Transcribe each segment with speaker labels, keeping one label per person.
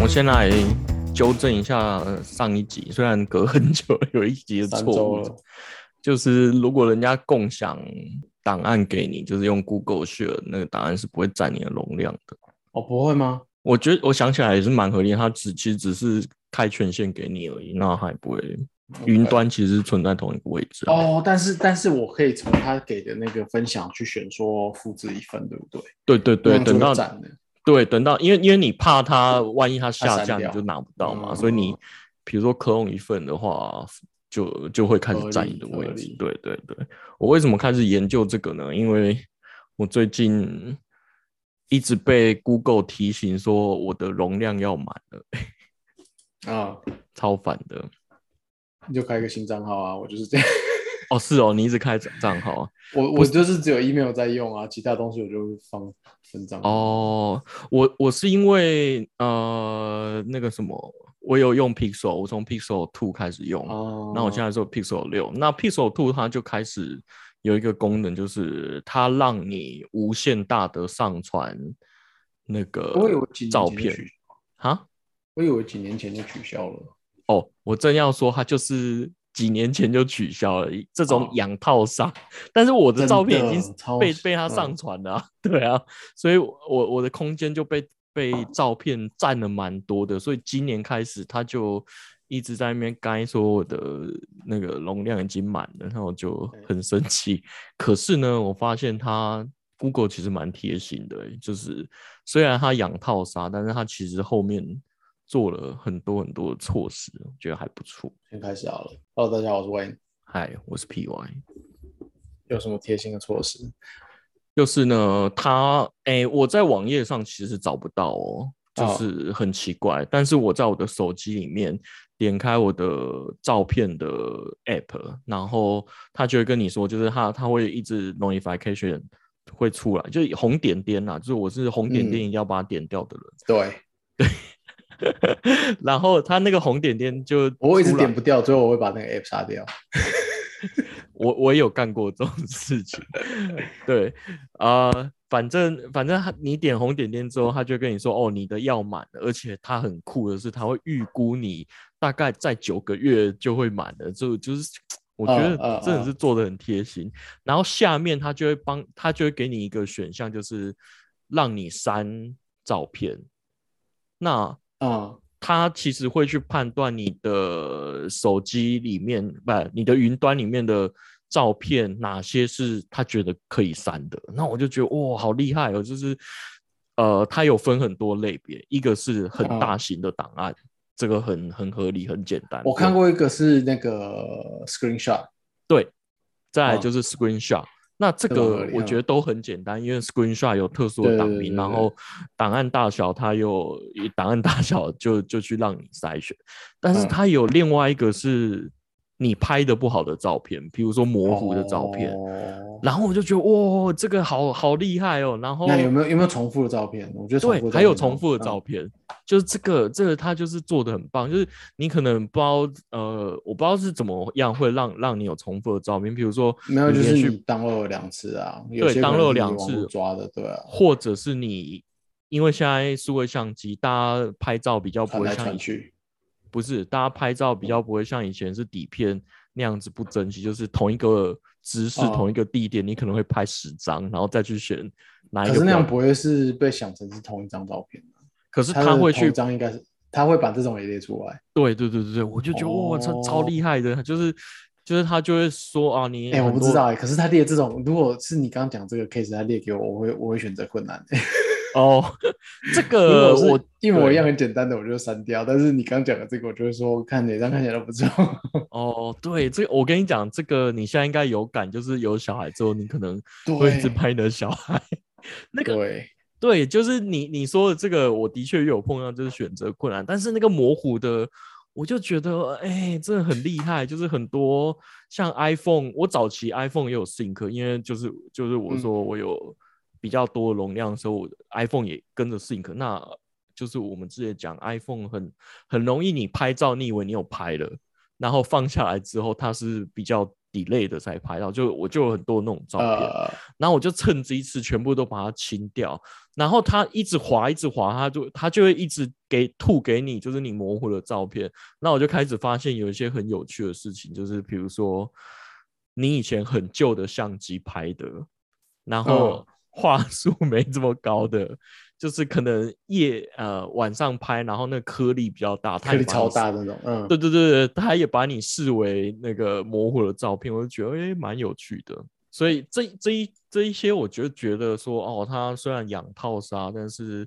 Speaker 1: 我先来纠正一下呃上一集，虽然隔很久，有一集是
Speaker 2: 三
Speaker 1: 错
Speaker 2: 周
Speaker 1: 误的
Speaker 2: 了，，
Speaker 1: 就是如果人家共享档案给你，就是用 Google Share 那个档案是不会占你的容量的。
Speaker 2: 哦，不会吗？
Speaker 1: 我觉得我想起来也是蛮合理的，它只其实只是开权限给你而已，那还不会。云端其实是存在同一个位置啊、
Speaker 2: 哦，但是但是我可以从他给的那个分享去选说复制一份，对不对？
Speaker 1: 对对对，等到
Speaker 2: 展的，
Speaker 1: 对，等到因为因为你怕它，万一它下
Speaker 2: 删
Speaker 1: 架你
Speaker 2: 掉
Speaker 1: 就拿不到嘛，
Speaker 2: 嗯
Speaker 1: 所以你比如说 clone 一份的话，就就会开始占你的
Speaker 2: 合理
Speaker 1: 位
Speaker 2: 合
Speaker 1: 置
Speaker 2: 理。
Speaker 1: 对对对，我为什么开始研究这个呢？因为我最近一直被 Google 提醒说我的容量要满了，
Speaker 2: 啊、
Speaker 1: 超烦的。
Speaker 2: 你就开一个新账号啊，我就是 这样，
Speaker 1: 哦，是哦，你一直开账账号啊？
Speaker 2: 我我就是只有 email 在用啊，其他东西我就放分账号。
Speaker 1: 哦，我我是因为呃那个什么，我有用 Pixel，我从 Pixel Two 开始用。
Speaker 2: 哦，
Speaker 1: 那我现在做 Pixel 六，那 Pixel Two 它就开始有一个功能，就是它让你无限大的上传那个
Speaker 2: 我以为几年前就
Speaker 1: 照片
Speaker 2: 取
Speaker 1: 啊。
Speaker 2: 我以为几年前就取消了。
Speaker 1: 哦，我正要说，它就是几年前就取消了这种
Speaker 2: 哦
Speaker 1: 养套商，但是我的
Speaker 2: 真
Speaker 1: 照片
Speaker 2: 的
Speaker 1: 已经
Speaker 2: 超
Speaker 1: 被
Speaker 2: 级
Speaker 1: 被它
Speaker 2: 嗯
Speaker 1: 上传了啊、 对啊，所以我我我的空间就被被照片占了蛮多的，所以今年开始它就。一直在那边该说我的那个容量已经满了，然后我就很生气。可是呢，我发现它 Google 其实蛮贴心的欸、就是虽然它养套杀，但是它其实后面做了很多很多的措施，我觉得还不错。
Speaker 2: 先开始好了。Hello，大家好，我是 Wayne。
Speaker 1: 嗨，我是 PY，
Speaker 2: 有什么贴心的措施？
Speaker 1: 就是呢，它哎、我在网页上其实找不到哦，就
Speaker 2: 哦
Speaker 1: 是很奇怪。但是我在我的手机里面点开我的照片的 app，然后它就会跟你说，就是它它会一直 notification 会出来，就是红点点啦、就是我是红点点一
Speaker 2: 嗯
Speaker 1: 定要把它点掉的人。
Speaker 2: 对
Speaker 1: 然后它那个红点点就
Speaker 2: 我一直
Speaker 1: 出来
Speaker 2: 点不掉，最后我会把那个 app 杀掉。
Speaker 1: 我我也有干过这种事情， 对，啊、反正反正他你点红点点之后，他就跟你说，哦，你的药满了，而且他很酷的是，他会预估你大概在九个月就会满了，就就是我觉
Speaker 2: 嗯嗯
Speaker 1: 得真的
Speaker 2: 嗯
Speaker 1: 是做的很贴心。然后下面他就会帮他就会给你一个选项，就是让你删照片。那
Speaker 2: 嗯，
Speaker 1: 它其实会去判断你的手机里面不，你的云端里面的照片哪些是他觉得可以删的。那我就觉得哇、好厉害哦！就是呃，它有分很多类别，一个是很
Speaker 2: 嗯
Speaker 1: 大型的档案，这个很很合理，很简单。
Speaker 2: 我看
Speaker 1: 对
Speaker 2: 过一个是那个 screenshot，
Speaker 1: 对，再来
Speaker 2: 嗯
Speaker 1: 就是 screenshot、那这
Speaker 2: 这种合
Speaker 1: 个
Speaker 2: 理
Speaker 1: 我
Speaker 2: 嗯
Speaker 1: 觉得都很简单，因为 screenshot 有特殊
Speaker 2: 对
Speaker 1: 的
Speaker 2: 对
Speaker 1: 档
Speaker 2: 对
Speaker 1: 名，
Speaker 2: 对
Speaker 1: 然
Speaker 2: 对
Speaker 1: 后档案大小它有档案大小就就去让你筛选，但是
Speaker 2: 嗯
Speaker 1: 它有另外一个是你拍的不好的照片，比如说模糊的照片，
Speaker 2: 哦
Speaker 1: 然后我就觉得哇、这个好好厉害哦，然后
Speaker 2: 那有没有有没有重复的照片？嗯我觉得重复
Speaker 1: 对，
Speaker 2: 的
Speaker 1: 还有重复的
Speaker 2: 片
Speaker 1: 照片，就是这个这个他就是做的很棒，就是你可能不知道呃，我不知道是怎么样会让让你有重复的照片，比如说
Speaker 2: 嗯没有，
Speaker 1: 你
Speaker 2: 就是
Speaker 1: 连续
Speaker 2: 你当漏了两次啊，有
Speaker 1: 对
Speaker 2: 些可能
Speaker 1: 当漏
Speaker 2: 是
Speaker 1: 两
Speaker 2: 网
Speaker 1: 次
Speaker 2: 络抓的，对啊，
Speaker 1: 或者是你因为现在数位相机，大家拍照比较不
Speaker 2: 传
Speaker 1: 会
Speaker 2: 来
Speaker 1: 像
Speaker 2: 传
Speaker 1: 以前，
Speaker 2: 去，嗯
Speaker 1: 不是大家拍照比较不会像以前是底片那样子不珍惜，就是同一个姿势、
Speaker 2: 哦
Speaker 1: 同一个地点，你可能会拍十张，然后再去选哪一
Speaker 2: 可
Speaker 1: 个。
Speaker 2: 是那样，不会是被想成是同一张照片，
Speaker 1: 可是
Speaker 2: 它
Speaker 1: 他
Speaker 2: 的
Speaker 1: 会
Speaker 2: 同一
Speaker 1: 去，
Speaker 2: 张应该是他会把这种也列出来。
Speaker 1: 对对对对对，我就觉得哇，超超
Speaker 2: 哦
Speaker 1: 厉害的，就是就是他就会说啊，你
Speaker 2: 哎，我
Speaker 1: 很
Speaker 2: 不
Speaker 1: 多
Speaker 2: 知道哎，可是他列这种，如果是你刚刚讲这个 case，他列给我，我会我会选择困难。
Speaker 1: 哦， 这
Speaker 2: 如
Speaker 1: 个
Speaker 2: 果是
Speaker 1: 我
Speaker 2: 一模
Speaker 1: 对
Speaker 2: 一样很简单的，我就删掉。但是你刚讲的这个，我就会说看哪张看起来都不错。
Speaker 1: 哦，对，这我跟你讲，这个你现在应该有感，就是有小孩之后，你可能会一 直
Speaker 2: 对
Speaker 1: 拍你的小孩。那个
Speaker 2: 对，
Speaker 1: 对，就是你你说的这个，我的确也有碰到，就是选择困难。但是那个模糊的，我就觉得，哎、真的很厉害。就是很多像 iPhone，我早期 iPhone 也有 Sync，因为就是就是我
Speaker 2: 嗯
Speaker 1: 说我有比较多的容量的时候，我的 iPhone 也跟着 Sync。那就是我们之前讲 iPhone 很很容易，你拍照，你以为你有拍了，然后放下来之后，它是比较 delay 的才拍到，就我就有很多那种照片，
Speaker 2: 呃，
Speaker 1: 然后我就趁这一次全部都把它清掉，然后它一直滑一直滑，它就它就会一直给吐给你，就是你模糊的照片。那我就开始发现有一些很有趣的事情，就是比如说你以前很旧的相机拍的，然后
Speaker 2: 嗯
Speaker 1: 画素没这么高的，就是可能夜呃晚上拍，然后那个颗粒比较大，它
Speaker 2: 颗
Speaker 1: 也
Speaker 2: 粒
Speaker 1: 把
Speaker 2: 超
Speaker 1: 你
Speaker 2: 大的那种，嗯，
Speaker 1: 对对对，对他也把你视为那个模糊的照片，我就觉得诶蛮有趣的。所以这这一这一些，我就觉得说哦，他虽然养套杀，但是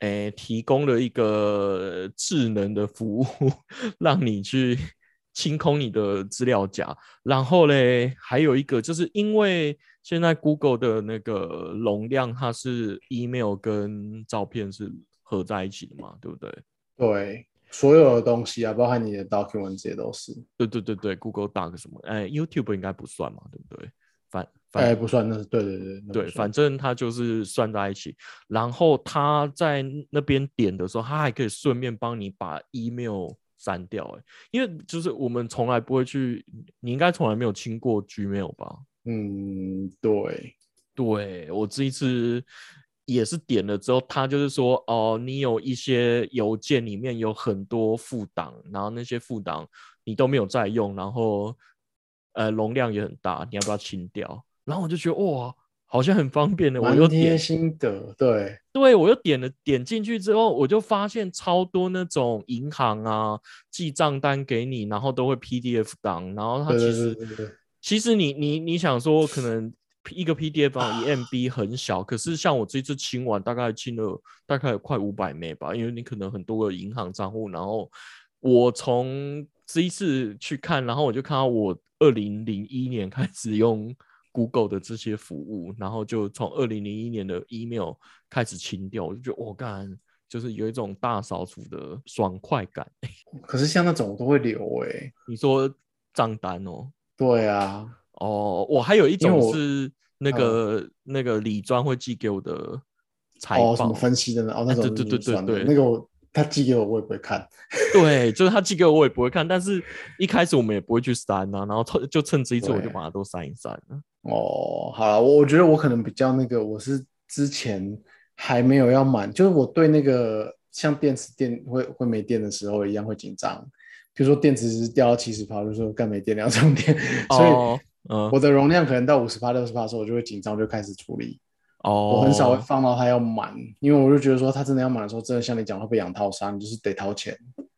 Speaker 1: 诶提供了一个智能的服务， 让你去清空你的资料夹。然后嘞，还有一个就是因为现在 Google 的那个容量，它是 email 跟照片是合在一起的嘛，对不对？
Speaker 2: 对，所有的东西啊，包含你的 document 这些都是，
Speaker 1: 对对对对，Google Doc 什么，哎，YouTube 应该不算嘛，对不对？反反、
Speaker 2: 哎，不算，那是对对对，那不
Speaker 1: 对，
Speaker 2: 算
Speaker 1: 反正它就是算在一起。然后他在那边点的时候，他还可以顺便帮你把 email 删掉、哎，因为就是我们从来不会去，你应该从来没有清过 Gmail 吧？
Speaker 2: 嗯，对，
Speaker 1: 对我这一次也是点了之后，他就是说哦，你有一些邮件里面有很多副档，然后那些副档你都没有在用，然后呃容量也很大，你要不要清掉？然后我就觉得哇，好像很方便的，我又
Speaker 2: 蛮贴
Speaker 1: 点，
Speaker 2: 心的，对，
Speaker 1: 对我又点了点进去之后，我就发现超多那种银行啊记账单给你，然后都会 PDF 档，然后它
Speaker 2: 对
Speaker 1: 其
Speaker 2: 对
Speaker 1: 实
Speaker 2: 对对对，
Speaker 1: 其实你你你想说，可能 P- 一个 PDF 啊，一 MB 很小，可是像我这次清完，大概清了大概有快五百枚吧，因为你可能很多个银行账户，然后我从这一次去看，然后我就看到我二零零一年开始用 Google 的这些服务，然后就从二零零一年的 email 开始清掉，我就觉得我干、就是有一种大扫除的爽快感。
Speaker 2: 可是像那种我都会留哎、
Speaker 1: 你说账单哦，
Speaker 2: 对啊，
Speaker 1: 哦，我还有一
Speaker 2: 因
Speaker 1: 种
Speaker 2: 为我嗯
Speaker 1: 是那个、那个李专会寄给我的财
Speaker 2: 哦，什
Speaker 1: 报，
Speaker 2: 么分析的呢？哦，那
Speaker 1: 哎
Speaker 2: 种
Speaker 1: 对对对
Speaker 2: 是不
Speaker 1: 对
Speaker 2: 算的
Speaker 1: 对
Speaker 2: 那个我他寄给我，我也不会看，
Speaker 1: 对，就是他寄给我，我也不会看，但是一开始我们也不会去删啊，然后趁就趁这一次我就
Speaker 2: 对
Speaker 1: 把它都删一删了。
Speaker 2: 哦，好了，我我觉得我可能比较那个，我是之前还没有要满，就是我对那个像电池电会会没电的时候一样会紧张，比如说电池是掉到七十趴，就说干没电了要充电，所以
Speaker 1: 哦，嗯，
Speaker 2: 我的容量可能到五十趴六十趴的时候，我就会紧张，我就开始处理，
Speaker 1: 哦，
Speaker 2: 我很少会放到它要满，因为我就觉得说它真的要满的时候，真的像你讲会被养套杀，你就是得掏钱。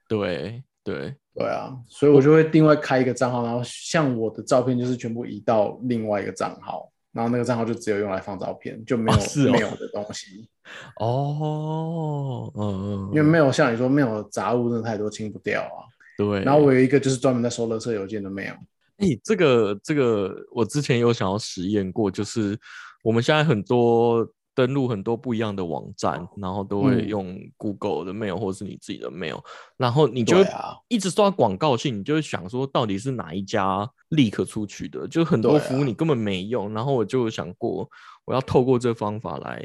Speaker 1: 对对，
Speaker 2: 对啊，所以我就会另外开一个账号，然后像我的照片就是全部移到另外一个账号，然后那个账号就只有用来放照片，就没有、
Speaker 1: 哦是哦
Speaker 2: 没有的东西，
Speaker 1: 哦，嗯，嗯
Speaker 2: 因为
Speaker 1: 嗯
Speaker 2: 没有像你说没有杂物，真的太多清不掉啊。
Speaker 1: 对，
Speaker 2: 然后我有一个就是专门在收垃圾邮件的 mail，
Speaker 1: 哎、这个这个，我之前有想要实验过，就是我们现在很多登录很多不一样的网站，然后都会
Speaker 2: 嗯
Speaker 1: 用 Google 的 mail 或是你自己的 mail，然后你就
Speaker 2: 对
Speaker 1: 会
Speaker 2: 啊
Speaker 1: 一直收到广告信，你就会想说到底是哪一家立刻出去的，就很多
Speaker 2: 对
Speaker 1: 服务
Speaker 2: 啊
Speaker 1: 你根本没用。然后我就想过，我要透过这方法来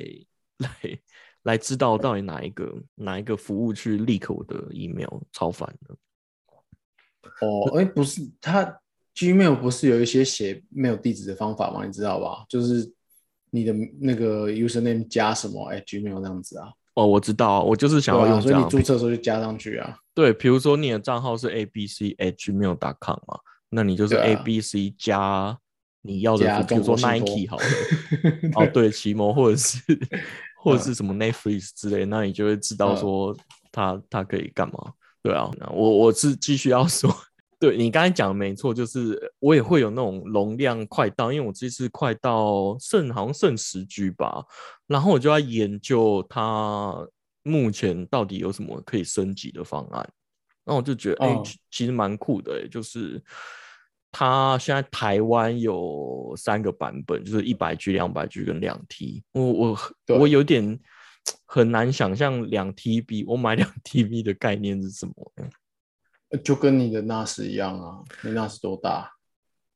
Speaker 1: 来来知道到底哪一个哪一个服务去立刻我的 email，超烦的。
Speaker 2: 哦，哎，不是，它 Gmail 不是有一些写没有地址的方法吗？你知道吧？就是你的那个 username 加什么，哎，Gmail 这样子啊，
Speaker 1: 哦，我知道，我就是想要
Speaker 2: 对啊，
Speaker 1: 用
Speaker 2: 所
Speaker 1: 这
Speaker 2: 以
Speaker 1: 样
Speaker 2: 你
Speaker 1: 的
Speaker 2: 注册的时候就加上去 啊。
Speaker 1: 对，比如说你的账号是 abc@gmail.com 嘛，那你就是
Speaker 2: 对啊
Speaker 1: abc 加你要的
Speaker 2: 加
Speaker 1: 服，比如
Speaker 2: 中
Speaker 1: 说
Speaker 2: 国信
Speaker 1: Nike 好
Speaker 2: 托
Speaker 1: 了，哦对，奇摩或者是或者是什么 Netflix 之类，那你就会知道
Speaker 2: 嗯
Speaker 1: 说它它可以干嘛。对啊，那我我是继续要说，对你刚才讲的没错，就是我也会有那种容量快到，因为我这次快到剩好像剩十 G 吧，然后我就要研究它目前到底有什么可以升级的方案。那我就觉得，哎、
Speaker 2: 嗯
Speaker 1: 其其实蛮酷的、欸，就是它现在台湾有三个版本，就是一百 G、两百 G 跟两 T。我我
Speaker 2: 对
Speaker 1: 我有点很难想象两 TB，我买两 TB 的概念是什么欸？
Speaker 2: 就跟你的 NAS 一样啊，你 NAS 多大？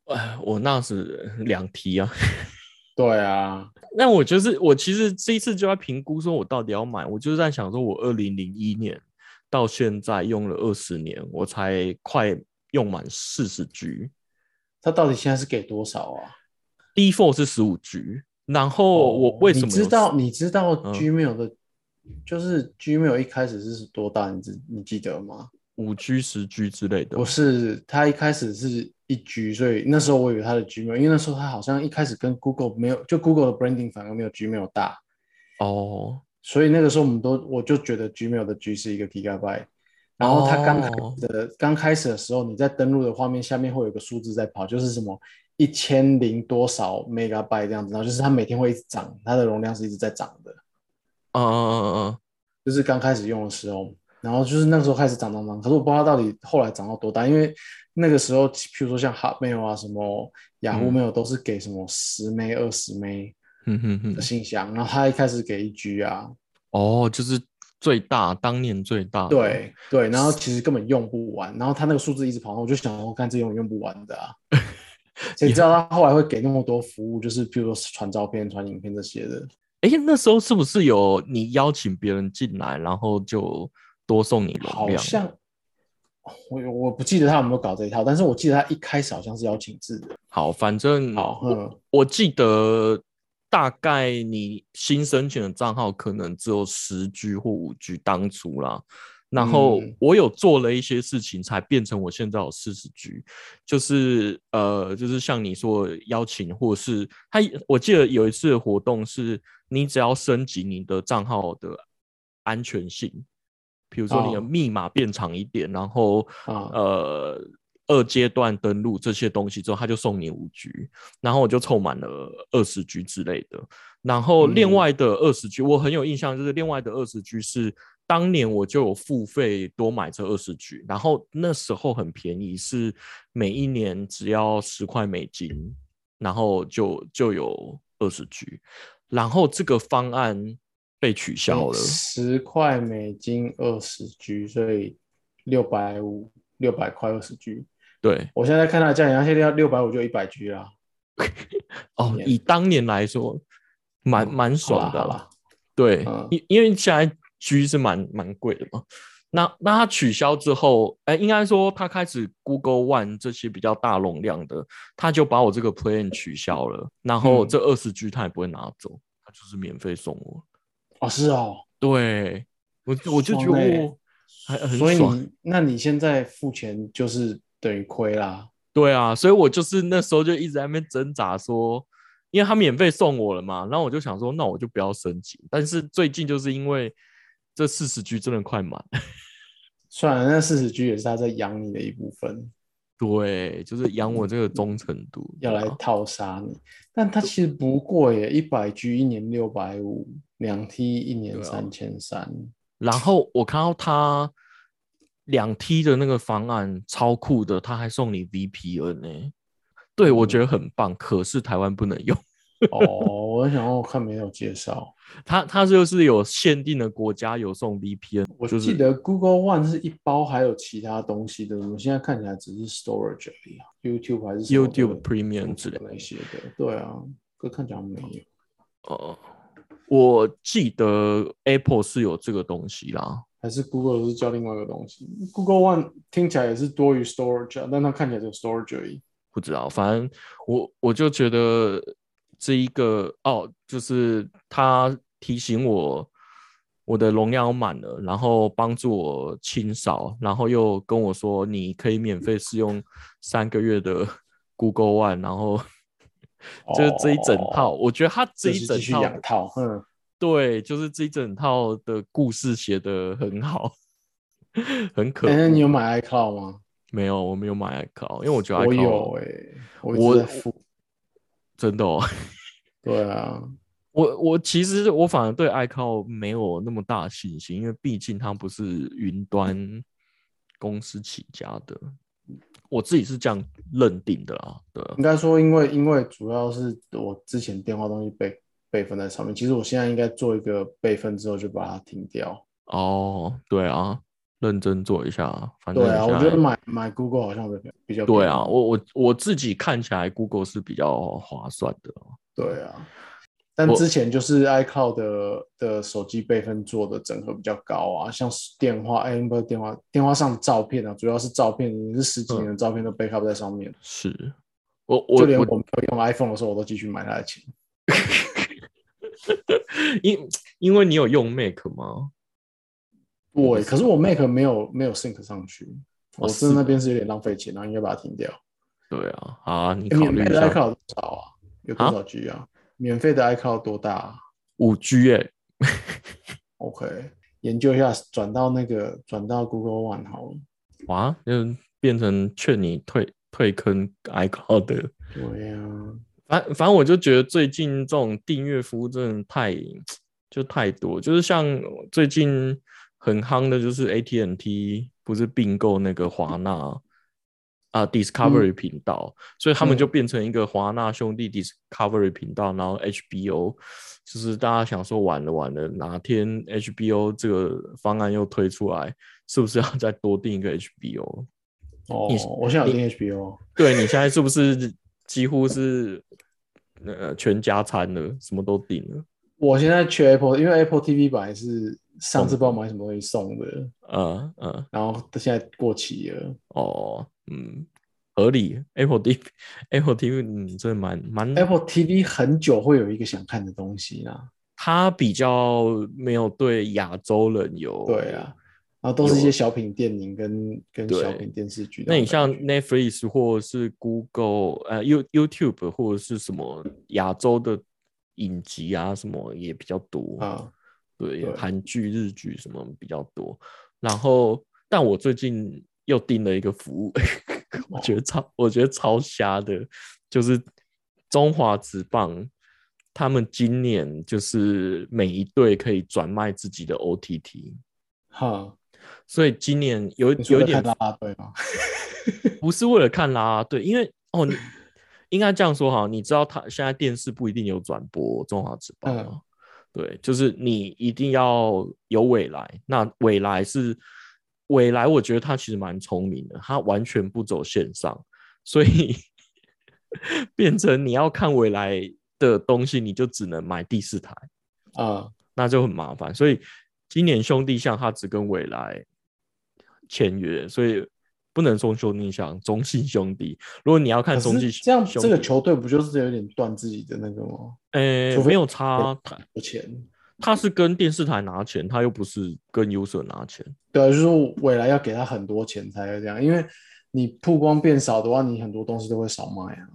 Speaker 1: 哎，我那是两 T 啊。
Speaker 2: 对啊，
Speaker 1: 那我就是我其实这一次就在评估，说我到底要买，我就是在想说，我二零零一年到现在用了二十年，我才快用满四十 G，
Speaker 2: 它到底现在是给多少啊？
Speaker 1: default 是十五 G，然后哦我为什么
Speaker 2: 哦你
Speaker 1: 有
Speaker 2: 知道？你知道
Speaker 1: 嗯
Speaker 2: Gmail 的，就是 Gmail 一开始是多大？你知你记得吗？
Speaker 1: 五 G、十 G 之类的
Speaker 2: 不？是，它一开始是一 G，所以那时候我以为它的 Gmail，因为那时候它好像一开始跟 Google 没有，就 Google 的 branding 反而没有 Gmail 大，
Speaker 1: 哦，
Speaker 2: 所以那个时候我们都我就觉得 Gmail 的 G 是一个 gigabyte。然后它刚开
Speaker 1: 哦
Speaker 2: 始的刚开始的时候，你在登录的画面下面会有一个数字在跑，就是什么一千零多少 megabyte 这样子，然后就是它每天会一直涨，它的容量是一直在涨的。
Speaker 1: 嗯嗯嗯嗯，
Speaker 2: 就是刚开始用的时候，然后就是那个时候开始涨涨涨，可是我不知道它到底后来涨到多大，因为那个时候，譬如说像 Hotmail 啊、什么雅虎
Speaker 1: 嗯
Speaker 2: Mail 都是给什么十枚、二十枚
Speaker 1: 嗯哼
Speaker 2: 的
Speaker 1: 哼，
Speaker 2: 信箱，然后它一开始给一 G 啊，
Speaker 1: 哦，就是最大当年最大的，
Speaker 2: 对对，然后其实根本用不完，然后它那个数字一直跑，我就想我看这用用不完的 啊，谁知道它后来会给那么多服务，就是譬如说传照片、传影片这些的，
Speaker 1: 哎，那时候是不是有你邀请别人进来，然后就多送你容
Speaker 2: 好
Speaker 1: 量？
Speaker 2: 像。我我不记得他有没有搞这一套，但是我记得他一开始好像是邀请制的。
Speaker 1: 好，反正
Speaker 2: 好，
Speaker 1: 我
Speaker 2: 嗯，
Speaker 1: 我记得大概你新申请的账号可能只有十 G 或五 G 当初啦，然后
Speaker 2: 嗯
Speaker 1: 我有做了一些事情，才变成我现在有四十 G，就是呃，就是像你说的邀请，或是他，我记得有一次的活动是，你只要升级你的账号的安全性，比如说你的
Speaker 2: 哦
Speaker 1: 密码变长一点，然后
Speaker 2: 啊
Speaker 1: 呃二阶段登录这些东西之后，他就送你五 G，然后我就凑满了二十 G 之类的。然后另
Speaker 2: 嗯
Speaker 1: 外的二十 G，、我很有印象，就是另外的二十 G 是当年我就有付费多买这二十 G，然后那时候很便宜，是每一年只要十块美金，然后就就有二十 G，然后这个方案被取消了。
Speaker 2: 十块美金二十 G，所以六百五六百块二十 G。
Speaker 1: 对
Speaker 2: 我现在看它的价钱，它现在要六百五就一百 G 啊啦，
Speaker 1: 哦，
Speaker 2: 年
Speaker 1: 以当年来说，蛮
Speaker 2: 嗯
Speaker 1: 蛮爽的
Speaker 2: 好啦好
Speaker 1: 啦
Speaker 2: 啦。
Speaker 1: 对
Speaker 2: 嗯，
Speaker 1: 因、因为现在 G 是蛮蛮贵的嘛。那那它取消之后，哎、应该说它开始 Google One 这些比较大容量的，它就把我这个 Plan 取消了，然后
Speaker 2: 嗯
Speaker 1: 这二十 G 它也不会拿走，它就是免费送我。
Speaker 2: 哦，是哦。
Speaker 1: 对我就我就觉得
Speaker 2: 爽欸
Speaker 1: 我、还很
Speaker 2: 所以
Speaker 1: 爽
Speaker 2: 你那你现在付钱就是等于亏啦。
Speaker 1: 对啊，所以我就是那时候就一直在那边挣扎说，因为他免费送我了嘛，然后我就想说，那我就不要升级。但是最近就是因为这四十 G 真的快满，
Speaker 2: 算了，那四十 G 也是他在养你的一部分，
Speaker 1: 对，就是养我这个忠诚度
Speaker 2: 要来
Speaker 1: 对啊
Speaker 2: 套杀你。但它其实不贵耶，一百 G 一年六百五，两 T 一年
Speaker 1: 对啊
Speaker 2: 三千三。
Speaker 1: 然后我看到他两 T 的那个方案超酷的，他还送你 VPN 呢、欸对我觉得很棒。可是台湾不能用，
Speaker 2: 哦， 我想要看没有介绍。
Speaker 1: 它它就是有限定的国家有送 VPN，
Speaker 2: 我
Speaker 1: 就是
Speaker 2: 记得 Google One 是一包，还有其他东西的。我们现在看起来只是 storage 而已啊，YouTube 还是什么的
Speaker 1: YouTube Premium 之类的
Speaker 2: 那些的。对啊，可看起来没有。
Speaker 1: 呃，我记得 Apple 是有这个东西啦。
Speaker 2: 还是 Google 是叫另外一个东西，Google One 听起来也是多于 storage 啊，但它看起来只有 storage 而已。
Speaker 1: 不知道，反正我我就觉得这一个哦，就是他提醒我我的容量满了，然后帮助我清扫，然后又跟我说你可以免费试用三个月的 Google One，然 后就是这一整套，
Speaker 2: 哦
Speaker 1: 我觉得他这一
Speaker 2: 就是
Speaker 1: 整
Speaker 2: 继续
Speaker 1: 套
Speaker 2: 养套，嗯，
Speaker 1: 对，就是这一整套的故事写得很好， 很可
Speaker 2: 哎、
Speaker 1: 恶。
Speaker 2: 你有买 iCloud 吗？
Speaker 1: 没有，我没嗯有买 iCloud，因为我觉得 iCloud 啊
Speaker 2: 我有哎、我一直在付。
Speaker 1: 真的哦，
Speaker 2: 对啊，
Speaker 1: 我我其实我反而对 iCloud 没有那么大的信心，因为毕竟它不是云端公司起家的，我自己是这样认定的啦。对啊
Speaker 2: 应该说，因为因为主要是我之前电话东西备备份在上面，其实我现在应该做一个备份之后就把它停掉。
Speaker 1: 哦，对啊，认真做一下，反正
Speaker 2: 对啊，
Speaker 1: 现
Speaker 2: 我觉
Speaker 1: 在
Speaker 2: 得买买 Google 好像比较比较
Speaker 1: 对啊，我我我自己看起来 Google 是比较划算的哦。
Speaker 2: 对啊，但之前就是 iCloud 的的手机备份做的整合比较高啊，像是电话，哎，不是电话，电话上的照片啊，主要是照片，你是十几年的照片都 backup 在上面，
Speaker 1: 是我
Speaker 2: 就
Speaker 1: 嗯我
Speaker 2: 连
Speaker 1: 我
Speaker 2: 我没有用 iPhone 的时候，我都继续买它的钱。
Speaker 1: 因因为你有用 Mac 吗？
Speaker 2: 对，可是我 Mac 没有没有 sync 上去，我
Speaker 1: 哦是
Speaker 2: 真的那
Speaker 1: 吗
Speaker 2: 边是有点浪费钱，然后应该把它停掉。
Speaker 1: 对啊，好啊，你
Speaker 2: 哎
Speaker 1: 考
Speaker 2: 免
Speaker 1: 虑
Speaker 2: 费
Speaker 1: 一
Speaker 2: 的
Speaker 1: 下
Speaker 2: iCloud 多少啊？有多
Speaker 1: 啊
Speaker 2: 少 G 啊？免费的 iCloud 多大、啊、
Speaker 1: 五 G 哎，
Speaker 2: ？OK，研究一下，转到那个转到 Google One 好了。
Speaker 1: 哇，就变成劝你退退坑 iCloud 的。
Speaker 2: 对啊呀、
Speaker 1: 反反正我就觉得最近这种订阅服务真的太就太多，就是像最近很夯的，就是 AT&T 不是并购那个华纳啊 Discovery 频道，所以他们
Speaker 2: 嗯
Speaker 1: 就变成一个华纳兄弟 Discovery 频道，然后 HBO 就是大家想说完了完了，哪天 HBO 这个方案又推出来，是不是要再多订一个 HBO？
Speaker 2: 哦
Speaker 1: 你，
Speaker 2: 我现在有订 HBO，
Speaker 1: 对你现在是不是几乎是呃全家餐了，什么都订了？
Speaker 2: 我现在缺 Apple，因为 Apple TV 本来是上次
Speaker 1: 送
Speaker 2: 不知道买什么东西送的，
Speaker 1: 呃呃
Speaker 2: 然后它现在过期了。
Speaker 1: 哦嗯，合理。Apple TV Apple TV 嗯，真的蛮蛮
Speaker 2: Apple TV 很久会有一个想看的东西啦，
Speaker 1: 它比较没有对亚洲人有
Speaker 2: 对啊，然后都是
Speaker 1: 哦
Speaker 2: 一
Speaker 1: 有
Speaker 2: 些小品电影跟跟
Speaker 1: 对
Speaker 2: 小品电视剧种感觉。
Speaker 1: 那你像 Netflix 或是 Google 呃 You YouTube 或者是什么亚洲的影集啊什么也比较多
Speaker 2: 啊，
Speaker 1: 对，
Speaker 2: 对
Speaker 1: 韩剧、日剧什么比较多。然后，但我最近又订了一个服务， 我
Speaker 2: 哦
Speaker 1: 觉得超，我觉得超瞎的，就是中华职棒，他们今年就是每一队可以转卖自己的 OTT，
Speaker 2: 哈，
Speaker 1: 所以今年有有
Speaker 2: 你说
Speaker 1: 一
Speaker 2: 在
Speaker 1: 点
Speaker 2: 看啦啦队吗？
Speaker 1: 不是为了看啦啦队，因为哦，你应该这样说哈，你知道他现在电视不一定有转播中华职棒吗？
Speaker 2: 嗯
Speaker 1: 对，就是你一定要有未来。那未来是未来，我觉得他其实蛮聪明的，他完全不走线上，所以 变成你要看未来的东西，你就只能买第四台。
Speaker 2: 啊，
Speaker 1: 那就很麻烦。所以今年兄弟象他只跟未来签约，所以不能说兄弟象，中信兄弟。如果你要看
Speaker 2: 可
Speaker 1: 中信
Speaker 2: 是
Speaker 1: 兄
Speaker 2: 这样
Speaker 1: 兄
Speaker 2: 这个
Speaker 1: 弟
Speaker 2: 球队不就是有点断自己的那个吗？
Speaker 1: 呃、
Speaker 2: 除非
Speaker 1: 没有差啊，他
Speaker 2: 有钱，
Speaker 1: 他是跟电视台拿钱，他又不是跟 user 拿钱。
Speaker 2: 对啊，就是说未来要给他很多钱才会这样，因为你曝光变少的话，你很多东西都会少卖啊。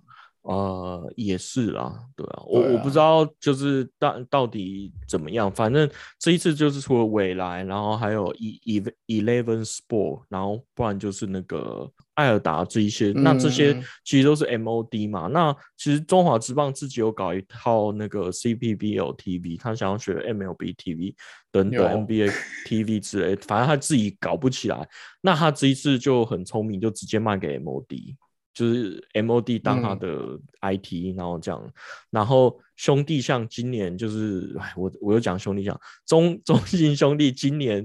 Speaker 1: 呃，也是啦，对啊，我
Speaker 2: 对
Speaker 1: 我
Speaker 2: 啊
Speaker 1: 不知道就是到到底怎么样，反正这一次就是除了未来，然后还有 E E Eleven Sport，然后不然就是那个艾尔达这一些，那这些
Speaker 2: 嗯嗯
Speaker 1: 其实都是 MOD 嘛。那其实中华职棒自己有搞一套那个 CPBL TV，他想要学 MLB TV 等
Speaker 2: 有
Speaker 1: 等 NBA TV 之类，反正他自己搞不起来，那他这一次就很聪明，就直接卖给 MOD。就是 MOD 当他
Speaker 2: 嗯
Speaker 1: 的 IT，、然后这样，然后兄弟像今年就是，哎，我我又讲兄弟像中 中信兄弟今年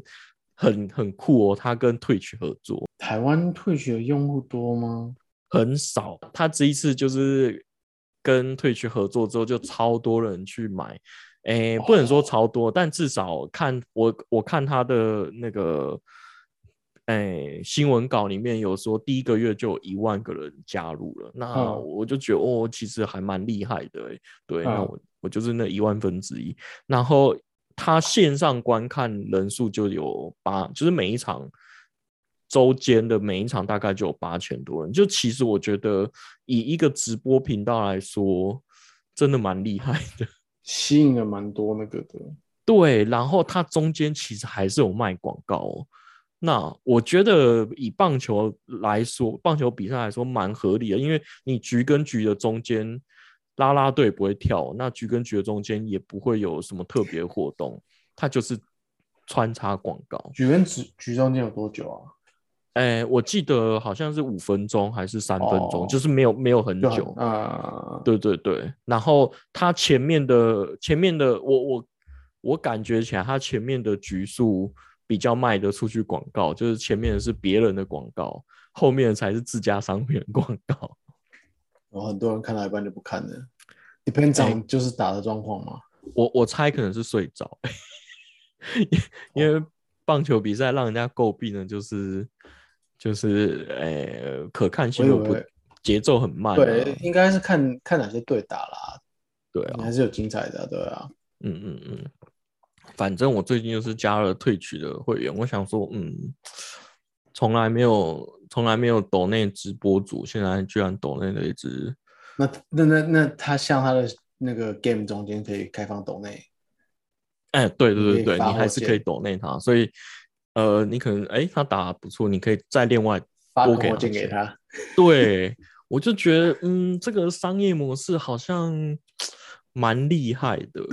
Speaker 1: 很很酷哦，他跟 Twitch 合作
Speaker 2: 台湾退学的用户多吗？
Speaker 1: 很少，他这一次就是跟 Twitch 合作之后，就超多人去买，哎，不能说超多，但至少看我我看他的那个。哎，新闻稿里面有说第一个月就有一万个人加入了，那
Speaker 2: 嗯
Speaker 1: 我就觉得哦，其实还蛮厉害的、欸，对，那
Speaker 2: 嗯
Speaker 1: 我我就是那一万分之一。然后他线上观看人数就有八，就是每一场周间的每一场大概就有八千多人。就其实我觉得以一个直播频道来说，真的蛮厉害的。
Speaker 2: 吸引了蛮多那个的，
Speaker 1: 对，然后它中间其实还是有卖广告哦。那我觉得以棒球来说，棒球比赛来说蛮合理的，因为你局跟局的中间拉拉队不会跳，那局跟局的中间也不会有什么特别活动，它就是穿插广告。
Speaker 2: 举跟举举中间有多久啊？
Speaker 1: 哎，我记得好像是五分钟还是三分钟，
Speaker 2: 哦
Speaker 1: 就是没有没有很
Speaker 2: 就
Speaker 1: 久
Speaker 2: 很啊，
Speaker 1: 对对对，然后他前面的前面的，我我我感觉起来，他前面的局数比较卖得出去广告，就是前面的是别人的广告，后面的才是自家商品的广告。哎
Speaker 2: 然后很多人看到一半就不看了。Depends on 就是打的状况嘛，
Speaker 1: 我我猜可能是睡着，因因为棒球比赛让人家诟病的就是就是呃可看性
Speaker 2: 我以
Speaker 1: 不
Speaker 2: 为
Speaker 1: 节奏很慢啊、
Speaker 2: 对，应该是看看哪些队打啦，
Speaker 1: 对啊，
Speaker 2: 还是有精彩的，对啊，
Speaker 1: 嗯嗯嗯，反正我最近就是加了退取的会员，我想说，嗯，从来没有从来没有抖内直播主，现在居然抖内了一只，
Speaker 2: 那那那那他像他的那个 game 中间可以开放抖内，
Speaker 1: 哎，对
Speaker 2: 你可
Speaker 1: 对
Speaker 2: 以
Speaker 1: 对对，
Speaker 2: 发
Speaker 1: 你还
Speaker 2: 火
Speaker 1: 是
Speaker 2: 箭
Speaker 1: 可以抖内他，所以呃，你可能哎他打得不错，你可以再另外
Speaker 2: 发个
Speaker 1: 多给
Speaker 2: 火
Speaker 1: 他
Speaker 2: 箭给
Speaker 1: 钱
Speaker 2: 他，
Speaker 1: 对，我就觉得，嗯，这个商业模式好像蛮厉害的，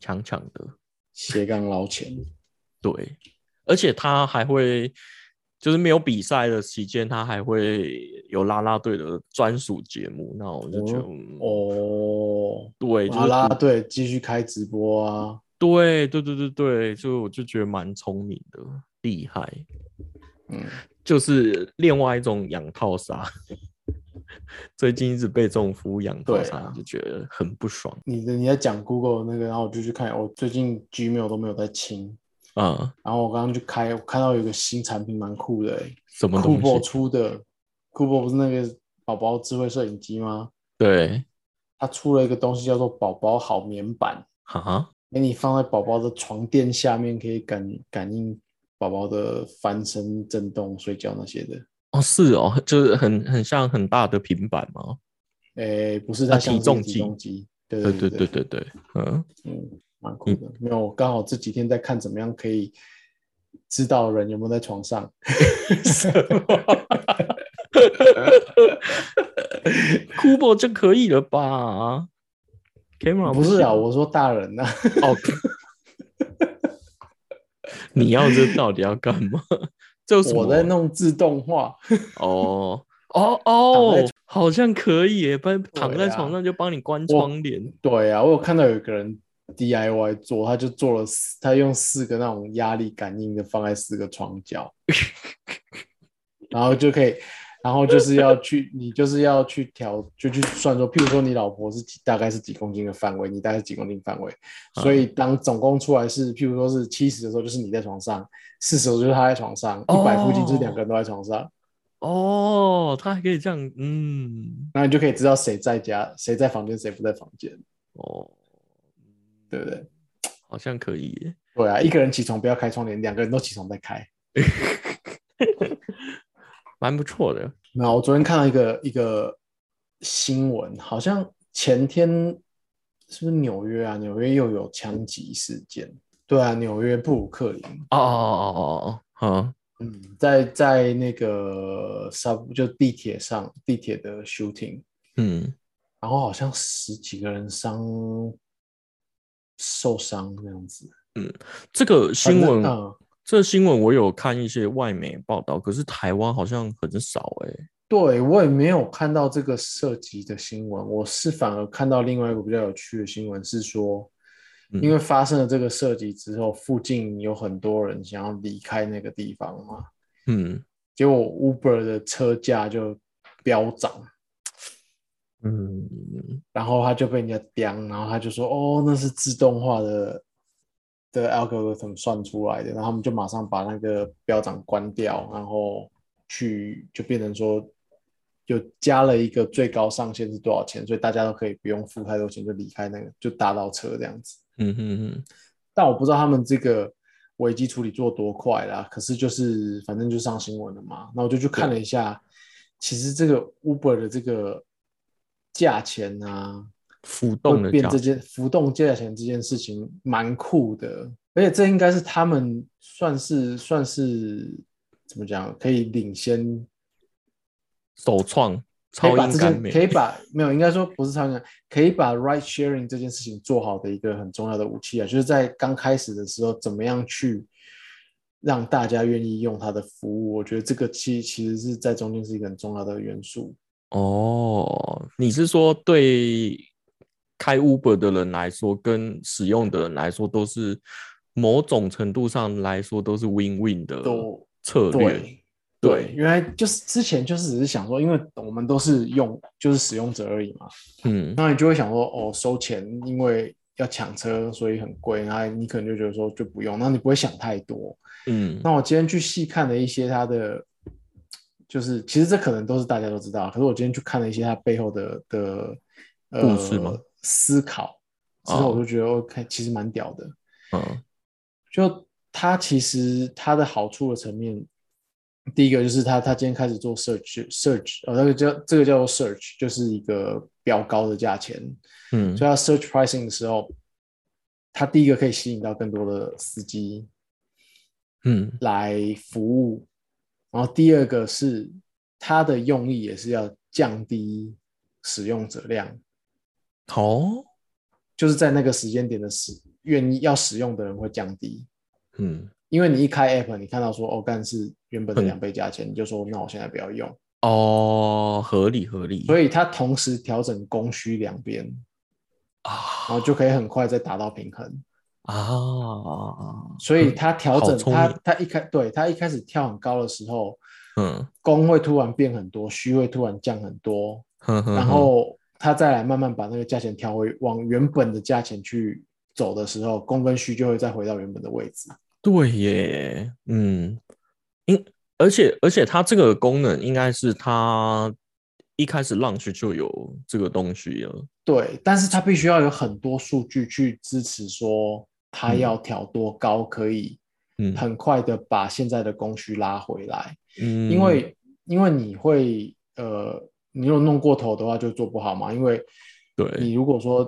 Speaker 1: 强强的。
Speaker 2: 斜杠捞钱，
Speaker 1: 对，而且他还会，就是没有比赛的期间，他还会有啦啦队的专属节目。那我就觉得，嗯
Speaker 2: 哦，
Speaker 1: 对，就
Speaker 2: 好
Speaker 1: 是
Speaker 2: 啦，
Speaker 1: 不
Speaker 2: 对，继续开直播啊，
Speaker 1: 对对对对对，所以我就觉得蛮聪明的，厉害，
Speaker 2: 嗯，
Speaker 1: 就是另外一种养套杀。 最近一直被这种服务养套
Speaker 2: 对
Speaker 1: 杀，
Speaker 2: 啊
Speaker 1: 就觉得很不爽
Speaker 2: 你的你在讲 Google 那个，然后我就去看，我最近 Gmail 都没有在清，
Speaker 1: 啊、
Speaker 2: 然后我刚刚去开，我看到有个新产品蛮酷的、欸，
Speaker 1: 什么
Speaker 2: 酷
Speaker 1: 东
Speaker 2: 博
Speaker 1: 西？
Speaker 2: 出的，酷博不是那个宝宝智慧摄影机吗？
Speaker 1: 对，
Speaker 2: 它出了一个东西叫做宝宝好棉板，
Speaker 1: 啊，
Speaker 2: 给你放在宝宝的床垫下面，可以感感应宝宝的翻身、震动、睡觉那些的。
Speaker 1: 哦，是哦，就是很很像很大的平板嘛。
Speaker 2: 诶、哎不是
Speaker 1: 啊
Speaker 2: 它像
Speaker 1: 体
Speaker 2: 是一个
Speaker 1: 重
Speaker 2: 体
Speaker 1: 计
Speaker 2: 重机，对
Speaker 1: 对
Speaker 2: 对
Speaker 1: 对对对对，嗯，
Speaker 2: 嗯，蛮酷的。没有，我刚好这几天在看怎么样可以知道人有没有在床上。
Speaker 1: 酷博就可以了吧？Camera
Speaker 2: 不是啊，
Speaker 1: 行
Speaker 2: 我说大人呐、啊，
Speaker 1: 哦， 你要这到底要干嘛？ 这有什么？
Speaker 2: 我在弄自动化。
Speaker 1: 哦哦哦，好像可以耶，帮躺在
Speaker 2: 对啊
Speaker 1: 床上就帮你关窗帘。
Speaker 2: 对啊，我有看到有一个人 DIY 做，他就做了四，他用四个那种压力感应的放在四个床角，然后就可以，然后就是要去，你就是要去调，就去算说，譬如说你老婆是几，大概是几公斤的范围，你大概是几公斤范围，
Speaker 1: 啊
Speaker 2: 所以当总共出来是，譬如说是七十的时候，就是你在床上；四十就是他在床上；一百附近就是两个人都在床上，
Speaker 1: 哦，他还可以这样，嗯，
Speaker 2: 然后你就可以知道谁在家，谁在房间，谁不在房间，
Speaker 1: 哦，
Speaker 2: 对不对？
Speaker 1: 好像可以耶。
Speaker 2: 对啊，一个人起床不要开窗帘，两个人都起床再开。
Speaker 1: 蛮不错的。
Speaker 2: 没有，我昨天看到一个一个新闻，好像前天是不是纽约啊？纽约又有枪击事件。对啊，纽约布鲁克林，
Speaker 1: 哦哦哦哦哦，哦，
Speaker 2: 嗯，在在那个 sub 就地铁上地铁的 shooting，
Speaker 1: 嗯，
Speaker 2: 然后好像十几个人伤受伤那样子。
Speaker 1: 这个新闻，
Speaker 2: 反正嗯，
Speaker 1: 这新闻我有看一些外媒报道，可是台湾好像很少哎、
Speaker 2: 对我也没有看到这个涉及的新闻，我是反而看到另外一个比较有趣的新闻是说，
Speaker 1: 嗯
Speaker 2: 因为发生了这个涉及之后，附近有很多人想要离开那个地方嘛，
Speaker 1: 嗯
Speaker 2: 结果 Uber 的车价就飙涨，
Speaker 1: 嗯，
Speaker 2: 然后他就被人家刁，然后他就说哦，那是自动化的的 algorithm 算出来的，然后他们就马上把那个标涨关掉，然后去就变成说就加了一个最高上限是多少钱，所以大家都可以不用付太多钱就离开那个就搭到车这样子。
Speaker 1: 嗯嗯嗯，
Speaker 2: 但我不知道他们这个危机处理做多快啦，可是就是反正就上新闻了嘛。那我就去看了一下，其实这个 Uber 的这个价钱啊，
Speaker 1: 浮
Speaker 2: 会
Speaker 1: 动的
Speaker 2: 变
Speaker 1: 价
Speaker 2: 这，件浮动价钱这件事情蛮酷的，而且这应该是他们算是算是怎么讲，可以领先，
Speaker 1: 首创
Speaker 2: 可以
Speaker 1: 超
Speaker 2: 把
Speaker 1: 音
Speaker 2: 这
Speaker 1: 感
Speaker 2: 件
Speaker 1: 美，
Speaker 2: 可以把没有应该说不是超英，可以把 right sharing 这件事情做好的一个很重要的武器啊，就是在刚开始的时候怎么样去。让大家愿意用它的服务，我觉得这个其其实是在中间是一个很重要的元素。
Speaker 1: 哦，你是说对开 Uber 的人来说，跟使用的人来说，都是某种程度上来说都是 win-win 的
Speaker 2: 都
Speaker 1: 策略，
Speaker 2: 对对
Speaker 1: 对，
Speaker 2: 原来就是之前就是只是想说，因为我们都是用就是使用者而已嘛，
Speaker 1: 嗯
Speaker 2: 那你就会想说，哦，收钱，因为要抢车，所以很贵，然后你可能就觉得说就不用，那你不会想太多。
Speaker 1: 嗯，
Speaker 2: 那我今天去细看了一些它的，就是其实这可能都是大家都知道，可是我今天去看了一些它背后的的、呃、
Speaker 1: 故事吗
Speaker 2: 思考之
Speaker 1: 哦
Speaker 2: 后，我就觉得 OK，其实蛮屌的。
Speaker 1: 嗯
Speaker 2: 就它其实它的好处的层面，第一个就是它它今天开始做 search search，哦，那个叫这个叫做 search，就是一个标高的价钱，
Speaker 1: 嗯
Speaker 2: 所以它 search pricing 的时候，它第一个可以吸引到更多的司机
Speaker 1: 嗯
Speaker 2: 来服务，然后第二个是它的用意也是要降低使用者量，
Speaker 1: 哦，
Speaker 2: 就是在那个时间点的使愿意要使用的人会降低。
Speaker 1: 嗯
Speaker 2: 因为你一开 app，你看到说哦，干是原本的
Speaker 1: 嗯
Speaker 2: 两倍价钱，你就说那我现在不要用，
Speaker 1: 哦，合理合理，
Speaker 2: 所
Speaker 1: 以
Speaker 2: 以它同时调整供需两边，然
Speaker 1: 啊
Speaker 2: 后就可以很快再达到平衡。
Speaker 1: 啊，
Speaker 2: 所以它调整
Speaker 1: 好聪
Speaker 2: 它
Speaker 1: 明
Speaker 2: 它一开对它一开始跳很高的时候，
Speaker 1: 嗯
Speaker 2: 供会突然变很多，需会突然降很多，
Speaker 1: 嗯哼哼，
Speaker 2: 然后它再来慢慢把那个价钱调回往原本的价钱去走的时候，供跟需就会再回到原本的位置。
Speaker 1: 对耶，嗯，因而且而且它这个功能应该是它一开始 launch 就有这个东西了，
Speaker 2: 对，但是它必须要有很多数据去支持，说它
Speaker 1: 嗯
Speaker 2: 要调多高，可以
Speaker 1: 嗯
Speaker 2: 很快的把现在的供需拉回来。
Speaker 1: 嗯，
Speaker 2: 因为因为你会呃，你如果弄过头的话，就做不好嘛。因为你
Speaker 1: 对，
Speaker 2: 如果说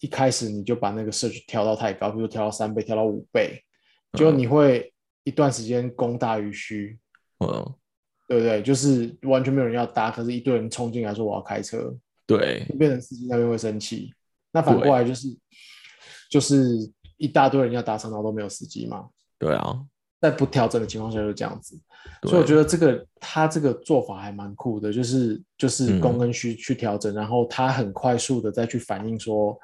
Speaker 2: 一开始你就把那个设置调到太高，比如调到三倍、调到五倍，就
Speaker 1: 嗯
Speaker 2: 你会一段时间供大于需，
Speaker 1: 嗯，
Speaker 2: 对不对？就是完全没有人要搭，可是一堆人冲进来说我要开车，
Speaker 1: 对，
Speaker 2: 变成司机那边会生气。那反过来就是就是一大堆人要达成，然后都没有司机嘛。
Speaker 1: 对啊，
Speaker 2: 在不调整的情况下就是这样子，所以我觉
Speaker 1: 得，
Speaker 2: 得这个他这个做法还蛮酷的，就是就是供跟需去调整，然后他很快速的再去反映说，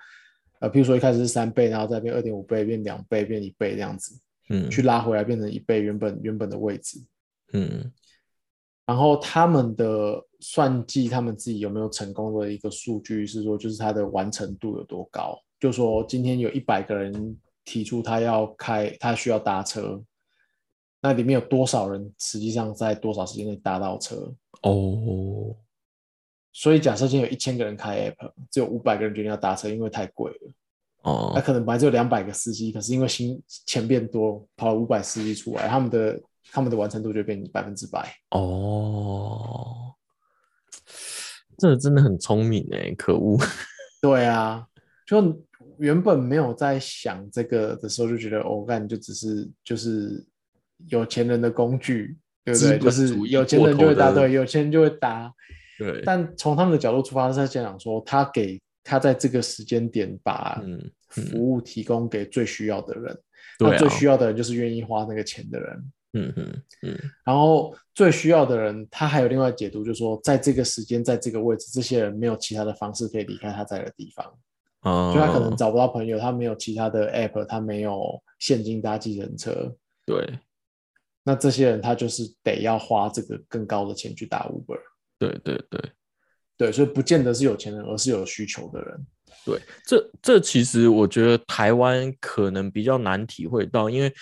Speaker 2: 呃，比如说一开始是三倍，然后再变二点五倍，变两倍，变一倍这样子，
Speaker 1: 嗯
Speaker 2: 去拉回来变成一倍原本原本的位置。
Speaker 1: 嗯
Speaker 2: 然后他们的算计，他们自己有没有成功的一个数据是说，就是它的完成度有多高。就说今天有一百个人提出他要开，他需要搭车，那里面有多少人实际上在多少时间内搭到车？
Speaker 1: 哦，
Speaker 2: 所以假设今天有一千个人开 app，只有五百个人决定要搭车，因为太贵了。那
Speaker 1: 哦，
Speaker 2: 可能本来只有两百个司机，可是因为新钱变多，跑了五百司机出来，他们的他们的完成度就变百分之百。
Speaker 1: 哦，这真的很聪明哎，可恶，
Speaker 2: 对啊，就原本没有在想这个的时候，就觉得哦，干就只是就是有钱人的工具，对不
Speaker 1: 资
Speaker 2: 对？
Speaker 1: 本
Speaker 2: 就是
Speaker 1: 主义
Speaker 2: 有钱
Speaker 1: 过
Speaker 2: 人就
Speaker 1: 头
Speaker 2: 会答
Speaker 1: 的
Speaker 2: 对，有钱人就会答。
Speaker 1: 对，
Speaker 2: 但从他们的角度出发，是在讲说他给他在这个时间点把
Speaker 1: 嗯，
Speaker 2: 服务提供给最需要的人，
Speaker 1: 对
Speaker 2: 那
Speaker 1: 啊
Speaker 2: 最，需要的人就是愿意花那个钱的人。
Speaker 1: 嗯嗯嗯，
Speaker 2: 然后最需要的人，他还有另外解读，就是说，在这个时间，在这个位置，这些人没有其他的方式可以离开他在的地方。
Speaker 1: 啊，
Speaker 2: 就他可能找不到朋友，他没有其他的 app，他没有现金搭计程车，
Speaker 1: 对
Speaker 2: 那这些人他就是得要花这个更高的钱去打 Uber。
Speaker 1: 对对对。
Speaker 2: 对，所以不见得是有钱人，而是有需求的人。
Speaker 1: 对，这这其实我觉得台湾可能比较难体会到，因为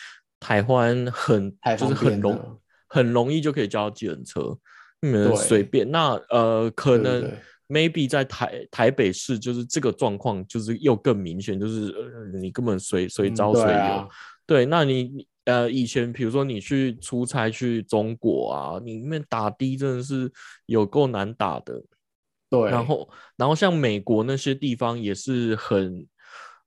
Speaker 1: 台湾很
Speaker 2: 太
Speaker 1: 就是
Speaker 2: 方便
Speaker 1: 很容
Speaker 2: 了
Speaker 1: 很容易就可以叫到计程车，你们
Speaker 2: 对
Speaker 1: 随便。那呃，可
Speaker 2: 对对
Speaker 1: 能
Speaker 2: 对
Speaker 1: maybe 在台台北市就是这个状况，就是又更明显，就是、呃、你根本随随
Speaker 2: 嗯
Speaker 1: 招
Speaker 2: 对
Speaker 1: 随有。
Speaker 2: 啊
Speaker 1: 对，那你你呃，以前比如说你去出差去中国啊，里面打的真的是有够难打的。
Speaker 2: 对，
Speaker 1: 然后，然后像美国那些地方也是很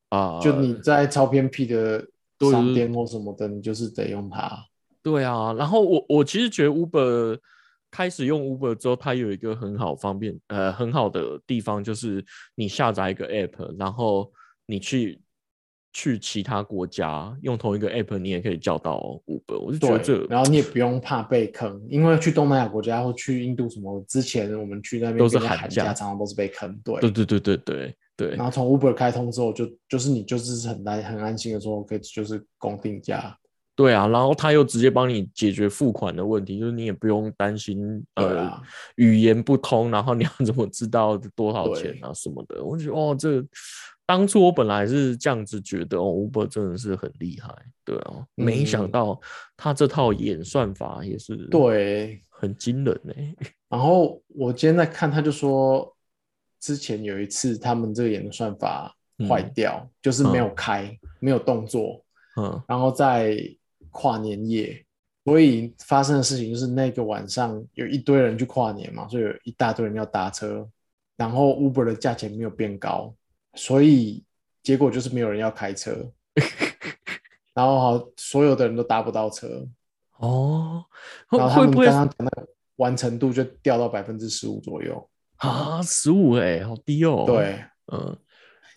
Speaker 1: 啊、
Speaker 2: 就你在超偏僻的
Speaker 1: 对
Speaker 2: 商
Speaker 1: 对
Speaker 2: 店或什么的，你就是得用它。
Speaker 1: 对啊。然后我我其实觉得 Uber 开始用 Uber 之后，它有一个很好方便呃很好的地方，就是你下载一个 App，然后你去去其他国家用同一个 App，你也可以叫到 Uber。我就觉得
Speaker 2: 对
Speaker 1: 这，
Speaker 2: 然后你也不用怕被坑，因为去东南亚国家或去印度什么，之前我们去那边
Speaker 1: 都是
Speaker 2: 跟人家
Speaker 1: 喊
Speaker 2: 喊
Speaker 1: 价
Speaker 2: 价，常常都是被坑。对，
Speaker 1: 对对对对对对
Speaker 2: 然后从 Uber 开通之后就，就是你就是很安很安心的说，可以就是公定价，
Speaker 1: 对啊，然后他又直接帮你解决付款的问题，就是你也不用担心
Speaker 2: 对
Speaker 1: 呃、
Speaker 2: 啊
Speaker 1: 语言不通，然后你要怎么知道多少
Speaker 2: 对
Speaker 1: 钱啊什么的。我就觉得哦，这当初我本来是这样子觉得哦，Uber 真的是很厉害，对啊，没想
Speaker 2: 嗯
Speaker 1: 到他这套演算法也是
Speaker 2: 对，
Speaker 1: 很惊人哎、
Speaker 2: 然后我今天在看，他就说之前有一次他们这个演算法坏掉，就是没有开，没有动作，
Speaker 1: 嗯
Speaker 2: 然后在跨年夜，所以发生的事情就是那个晚上有一堆人去跨年嘛，所以有一大堆人要搭车，然后 Uber 的价钱没有变高，所以结果就是没有人要开车， 然后好所有的人都搭不到车，
Speaker 1: 哦，会
Speaker 2: 然后他
Speaker 1: 会
Speaker 2: 们
Speaker 1: 不会
Speaker 2: 刚刚讲那个完成度就掉到百分之十五左右，
Speaker 1: 啊十五哎，好低哦。，
Speaker 2: 对。
Speaker 1: 嗯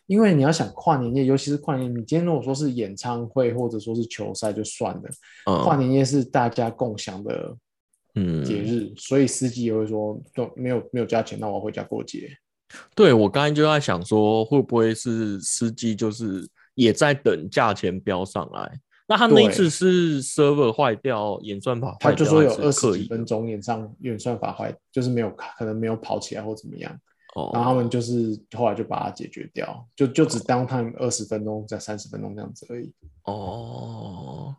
Speaker 2: 因为你要想跨年夜，尤其是跨年夜，你今天如果说是演唱会或者说是球赛就算了，
Speaker 1: 嗯，
Speaker 2: 跨年夜是大家共享的
Speaker 1: 嗯
Speaker 2: 节日，所以司机也会说都没有没有加钱，那我要回家过节。
Speaker 1: 对，我刚才就在想说，会不会是司机就是也在等价钱飙上来？那他那一
Speaker 2: 对
Speaker 1: 次是 server 坏掉，演算法
Speaker 2: 他
Speaker 1: 坏
Speaker 2: 就
Speaker 1: 掉，
Speaker 2: 说有
Speaker 1: 还
Speaker 2: 二
Speaker 1: 是
Speaker 2: 十
Speaker 1: 刻
Speaker 2: 几
Speaker 1: 意的
Speaker 2: 分钟演唱演算法坏，就是没有可能没有跑起来或怎么样，然
Speaker 1: 哦，
Speaker 2: 后他们就是后来就把它解决掉，就就只当他们二十分钟在三十分钟这样子而已。
Speaker 1: 哦，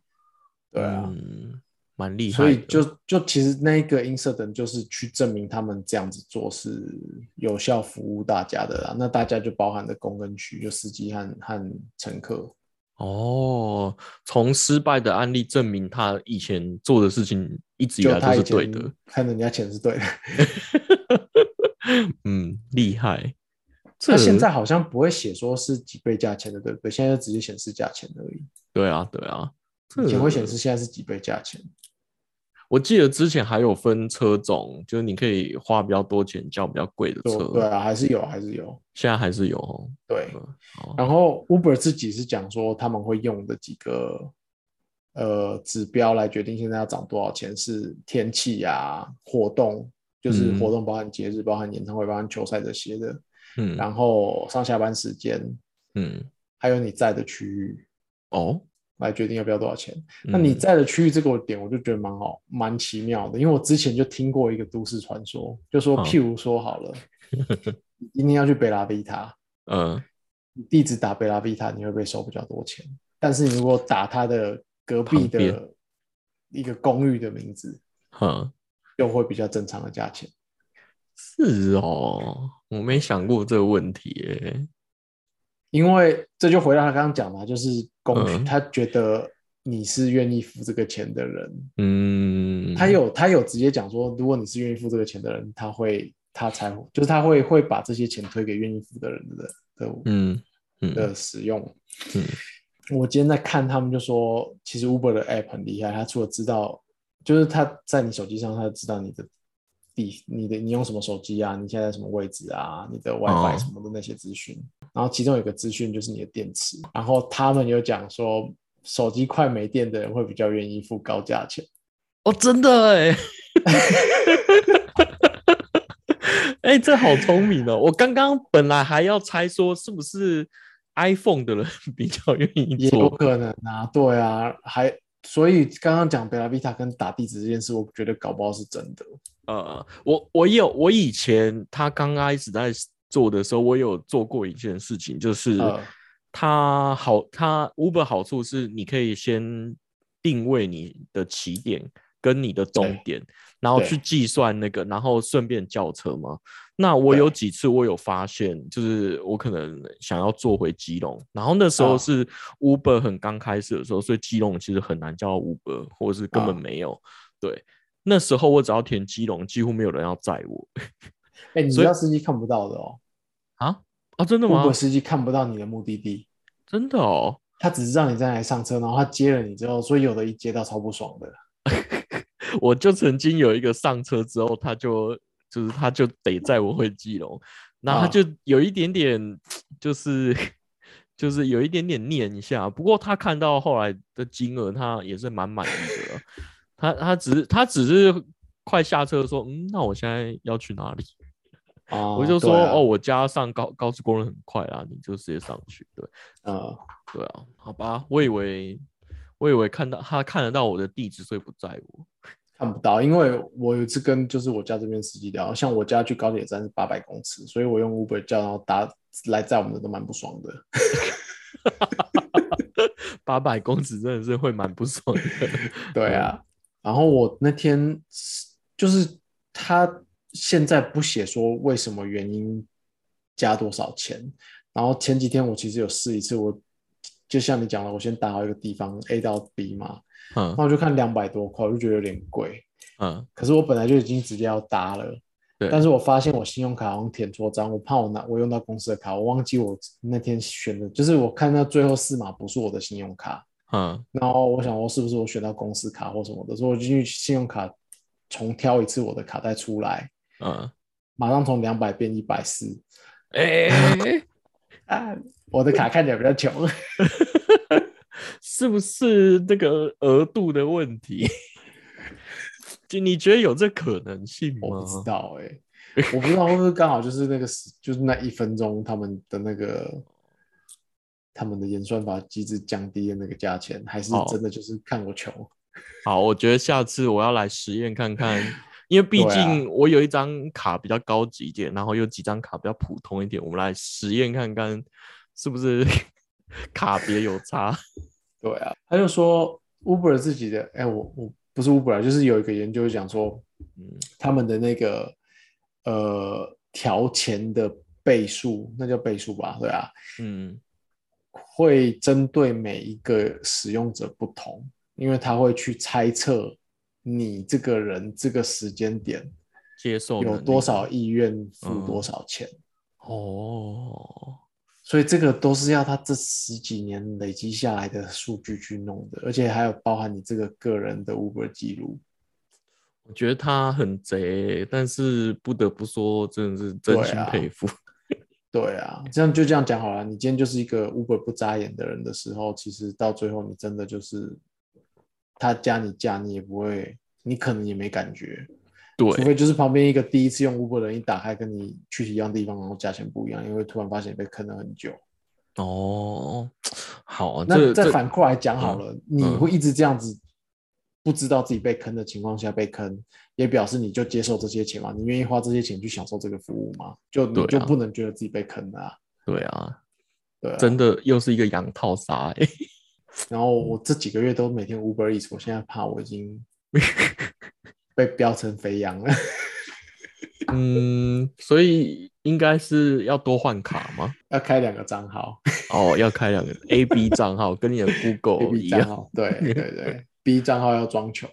Speaker 2: 对啊，
Speaker 1: 嗯，蛮厉害
Speaker 2: 所
Speaker 1: 的，
Speaker 2: 以就就其实那一个音色等就是去证明他们这样子做是有效服务大家的啦。那大家就包含的工跟区，就司机和和乘客。
Speaker 1: 哦，从失败的案例证明他以前做的事情一直以
Speaker 2: 就
Speaker 1: 来
Speaker 2: 他
Speaker 1: 都
Speaker 2: 以
Speaker 1: 是
Speaker 2: 前
Speaker 1: 对的，
Speaker 2: 看人家钱是对的，
Speaker 1: 嗯，厉害。
Speaker 2: 他
Speaker 1: 这
Speaker 2: 现在好像不会写说是几倍价钱的，对不对？现在就直接显示价钱而已。
Speaker 1: 对啊，对啊，这
Speaker 2: 以前会显示现在是几倍价钱，
Speaker 1: 我记得之前还有分车种，就是你可以花比较多钱叫比较贵的
Speaker 2: 就
Speaker 1: 车，
Speaker 2: 对啊，还是有，还是有。
Speaker 1: 现在还是有哦。
Speaker 2: 对，
Speaker 1: 哦
Speaker 2: 然后 Uber 自己是讲说他们会用的几个呃指标来决定现在要涨多少钱，是天气啊、活动，就是
Speaker 1: 嗯
Speaker 2: 活动包含节日、包含演唱会、包含球赛这些的，
Speaker 1: 嗯
Speaker 2: 然后上下班时间，
Speaker 1: 嗯
Speaker 2: 还有你在的区域
Speaker 1: 哦，
Speaker 2: 来决定要不要多少钱。那你
Speaker 1: 嗯
Speaker 2: 在的区域这个点，我就觉得蛮好、蛮奇妙的，因为我之前就听过一个都市传说，就说
Speaker 1: 嗯
Speaker 2: 譬如说好了，你今天要去北拉比塔，
Speaker 1: 呃
Speaker 2: 你地址打贝拉维塔，你会被收比较多钱。但是你如果打他的隔壁
Speaker 1: 旁边
Speaker 2: 的一个公寓的名字，
Speaker 1: 哈
Speaker 2: 又会比较正常的价钱。
Speaker 1: 是哦，我没想过这个问题耶。
Speaker 2: 因为这就回到他刚刚讲的啊，就是公寓，
Speaker 1: 嗯
Speaker 2: 他觉得你是愿意付这个钱的人，
Speaker 1: 嗯，
Speaker 2: 他有他有直接讲说，如果你是愿意付这个钱的人，他会他才就是他会会把这些钱推给愿意付的人的的
Speaker 1: 嗯嗯
Speaker 2: 的使用。
Speaker 1: 嗯
Speaker 2: 我今天在看，他们就说，其实 Uber 的 app 很厉害，它除了知道，就是它在你手机上，它知道你的地、你的你用什么手机啊，你现在在什么位置啊，你的
Speaker 1: 哦
Speaker 2: WiFi 什么的那些资讯。然后其中有一个资讯就是你的电池，然后他们有讲说，手机快没电的人会比较愿意付高价钱。
Speaker 1: 哦，真的哎， 哎，这好聪明哦！我刚刚本来还要猜说是不是 iPhone 的人比较愿意
Speaker 2: 也
Speaker 1: 做，
Speaker 2: 有可能啊，对啊，还所以刚刚讲贝拉维塔跟打地址这件事，我觉得搞不好是真的。
Speaker 1: 呃，我我有我以前他刚开始在做的时候，我有做过一件事情，就是
Speaker 2: 呃
Speaker 1: 它好，它 Uber 好处是你可以先定位你的起点跟你的终
Speaker 2: 对
Speaker 1: 点，然后
Speaker 2: 对
Speaker 1: 去计算那个，然后顺便叫车嘛。那我
Speaker 2: 对
Speaker 1: 有几次我有发现，就是我可能想要坐回基隆，然后那时候
Speaker 2: 啊
Speaker 1: 是 Uber 很刚开始的时候，所以基隆其实很难叫到 Uber，或者是根本
Speaker 2: 啊
Speaker 1: 没有。对，那时候我只要填基隆，几乎没有人要载我
Speaker 2: 哎、你
Speaker 1: 所
Speaker 2: 知
Speaker 1: 以
Speaker 2: 道司机看不到的哦。
Speaker 1: 啊啊！真的
Speaker 2: 如
Speaker 1: 吗
Speaker 2: 果？司机看不到你的目的地，
Speaker 1: 真的哦。
Speaker 2: 他只是让你再来上车，然后他接了你之后，所以有的一接到超不爽的。
Speaker 1: 我就曾经有一个上车之后，他就就是他就得载我回基隆，那他
Speaker 2: 啊
Speaker 1: 就有一点点就是就是有一点点念一下，不过他看到后来的金额，他也是蛮满意的啦，他他只是他只是快下车说，嗯，那我现在要去哪里？
Speaker 2: 啊
Speaker 1: 我就说、
Speaker 2: 对啊
Speaker 1: 哦，我家上高高速公路很快啦，你就直接上去，对。
Speaker 2: 呃，
Speaker 1: 对啊，好吧，我以为我以为看到他看得到我的地址，所以不在乎。
Speaker 2: 看不到，因为我有一次跟就是我家这边司机聊，像我家去高铁站是八百公尺，所以我用 Uber 叫，然后打来载我们的都蛮不爽的。
Speaker 1: 八百公尺真的是会蛮不爽的。
Speaker 2: 对啊，然后我那天就是他现在不写说为什么原因加多少钱，然后前几天我其实有试一次，我就像你讲的，我先打好一个地方 A 到 B 嘛，
Speaker 1: 嗯
Speaker 2: 那我就看两百多块，我就觉得有点贵。
Speaker 1: 嗯，
Speaker 2: 可是我本来就已经直接要搭了，
Speaker 1: 对
Speaker 2: 但是我发现我信用卡好像填错章，我怕我拿我用到公司的卡，我忘记我那天选的，就是我看到最后四码不是我的信用卡，
Speaker 1: 嗯
Speaker 2: 然后我想我是不是我选到公司卡或什么的，所以我就去信用卡重挑一次我的卡带出来，
Speaker 1: 嗯，
Speaker 2: 马上从两百变一百四，
Speaker 1: 哎、
Speaker 2: 啊，我的卡看起来比较穷，
Speaker 1: 是不是这个额度的问题？ 就你觉得有这可能性
Speaker 2: 我
Speaker 1: 吗
Speaker 2: 不？知道哎、我不知道会不会刚好就是那个时就是那一分钟他们的那个他们的演算法机制降低了那个价钱，还是
Speaker 1: 哦
Speaker 2: 真的就是看我穷。
Speaker 1: 好，我觉得下次我要来实验看看，因为毕
Speaker 2: 对啊
Speaker 1: 竟我有一张卡比较高级一点，然后有几张卡比较普通一点，我们来实验看看是不是 卡别有差。
Speaker 2: 对啊，他就说 Uber 自己的，哎、我我不是 Uber，啊就是有一个研究讲说，
Speaker 1: 嗯
Speaker 2: 他们的那个呃调钱的倍数，那叫倍数吧？对啊，
Speaker 1: 嗯
Speaker 2: 会针对每一个使用者不同，因为他会去猜测你这个人这个时间点
Speaker 1: 接受
Speaker 2: 有
Speaker 1: 能力
Speaker 2: 多少意愿付
Speaker 1: 嗯
Speaker 2: 多少钱，
Speaker 1: 哦，
Speaker 2: 所以这个都是要他这十几年累积下来的数据去弄的，而且还有包含你这个个人的 Uber 记录。
Speaker 1: 我觉得他很贼，但是不得不说，真的是真
Speaker 2: 对
Speaker 1: 心
Speaker 2: 啊
Speaker 1: 佩服。
Speaker 2: 对啊，这样就这样讲好了。你今天就是一个 Uber 不眨眼的人的时候，其实到最后你真的就是他加你价，你也不会，你可能也没感觉。除
Speaker 1: 对，
Speaker 2: 非就是旁边一个第一次用 Uber 的人一打开跟你去一样地方，然后价钱不一样，因为突然发现被坑了很久。
Speaker 1: 哦，好啊，
Speaker 2: 那
Speaker 1: 这
Speaker 2: 再
Speaker 1: 这
Speaker 2: 反过来讲好了，你
Speaker 1: 嗯
Speaker 2: 会一直这样子不知道自己被坑的情况下被坑，也表示你就接受这些钱嘛？你愿意花这些钱去享受这个服务吗？就你
Speaker 1: 对啊
Speaker 2: 就不能觉得自己被坑了、啊，
Speaker 1: 对啊，
Speaker 2: 对啊。
Speaker 1: 真的又是一个羊套杀、欸，
Speaker 2: 然后
Speaker 1: 嗯
Speaker 2: 我这几个月都每天 Uber Eats，我现在怕我已 经被标成肥羊了。
Speaker 1: 嗯，所以应该是要多换卡吗？
Speaker 2: 要开两个账号
Speaker 1: 哦，要开两个 A B 账号，跟你的
Speaker 2: ，A
Speaker 1: Google
Speaker 2: B
Speaker 1: 哦一
Speaker 2: 账
Speaker 1: 样。
Speaker 2: 号，对对对，B 账号要装穷。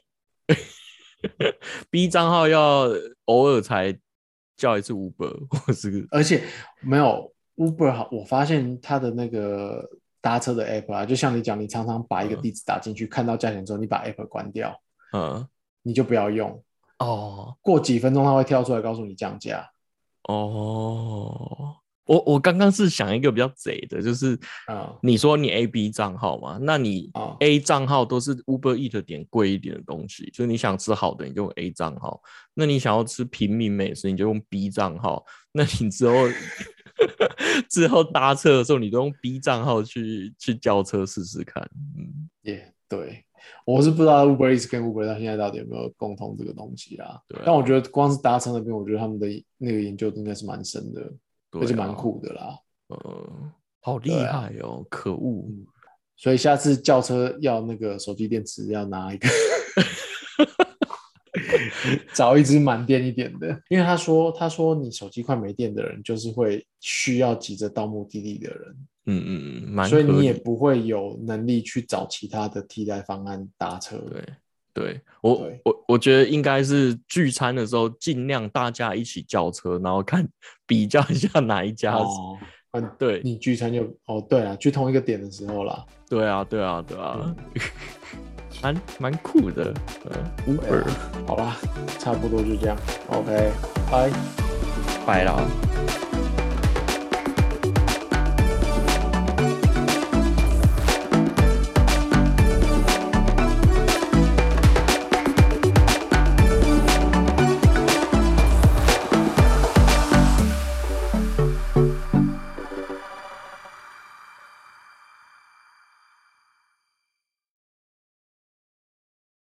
Speaker 1: B 账号要偶尔才叫一次 Uber，或是
Speaker 2: 而且没有 Uber 好，我发现它的那个搭车的 app 啊，就像你讲，你常常把一个
Speaker 1: 嗯
Speaker 2: 地址打进去，看到价钱之后，你把 app 关掉，
Speaker 1: 嗯，
Speaker 2: 你就不要用。
Speaker 1: 哦
Speaker 2: 过几分钟它会跳出来告诉你降价。
Speaker 1: 哦，我我刚刚是想一个比较贼的，就是
Speaker 2: 啊
Speaker 1: 你说你 A B 账号嘛，那你
Speaker 2: 啊
Speaker 1: A 账号都是 Uber Eat 点贵一点的东西，就是你想吃好的，你就用 A 账号；那你想要吃平民美食，你就用 B 账号。那你之后 之后搭车的时候，你都用 B 账号去去叫车试试看。嗯，
Speaker 2: 也、对，我是不知道 Uber Eats 跟 Uber 到现在到底有没有共通这个东西啊。
Speaker 1: 对啊
Speaker 2: 但我觉得光是搭车那边，我觉得他们的那个研究应该是蛮深的，
Speaker 1: 对、啊
Speaker 2: 而且蛮。酷的啦。
Speaker 1: 呃，好厉
Speaker 2: 对啊
Speaker 1: 害哦！可恶，
Speaker 2: 所以下次叫车要那个手机电池要拿一 个，找一支满电一点的，因为他说他说你手机快没电的人，就是会需要急着到目的地的人，
Speaker 1: 嗯嗯嗯，蛮
Speaker 2: 所以
Speaker 1: 合
Speaker 2: 你也
Speaker 1: 理
Speaker 2: 不会有能力去找其他的替代方案搭车。
Speaker 1: 对对我
Speaker 2: 对
Speaker 1: 我我觉得应该是聚餐的时候，尽量大家一起叫车，然后看比较一下哪一家是。
Speaker 2: 哦，嗯，
Speaker 1: 对
Speaker 2: 你聚餐就哦，对啊，去同一个点的时候啦，
Speaker 1: 对啊对啊对啊， 蛮蛮酷的。嗯，Uber
Speaker 2: 好啦，差不多就这样，OK，拜。
Speaker 1: 拜了。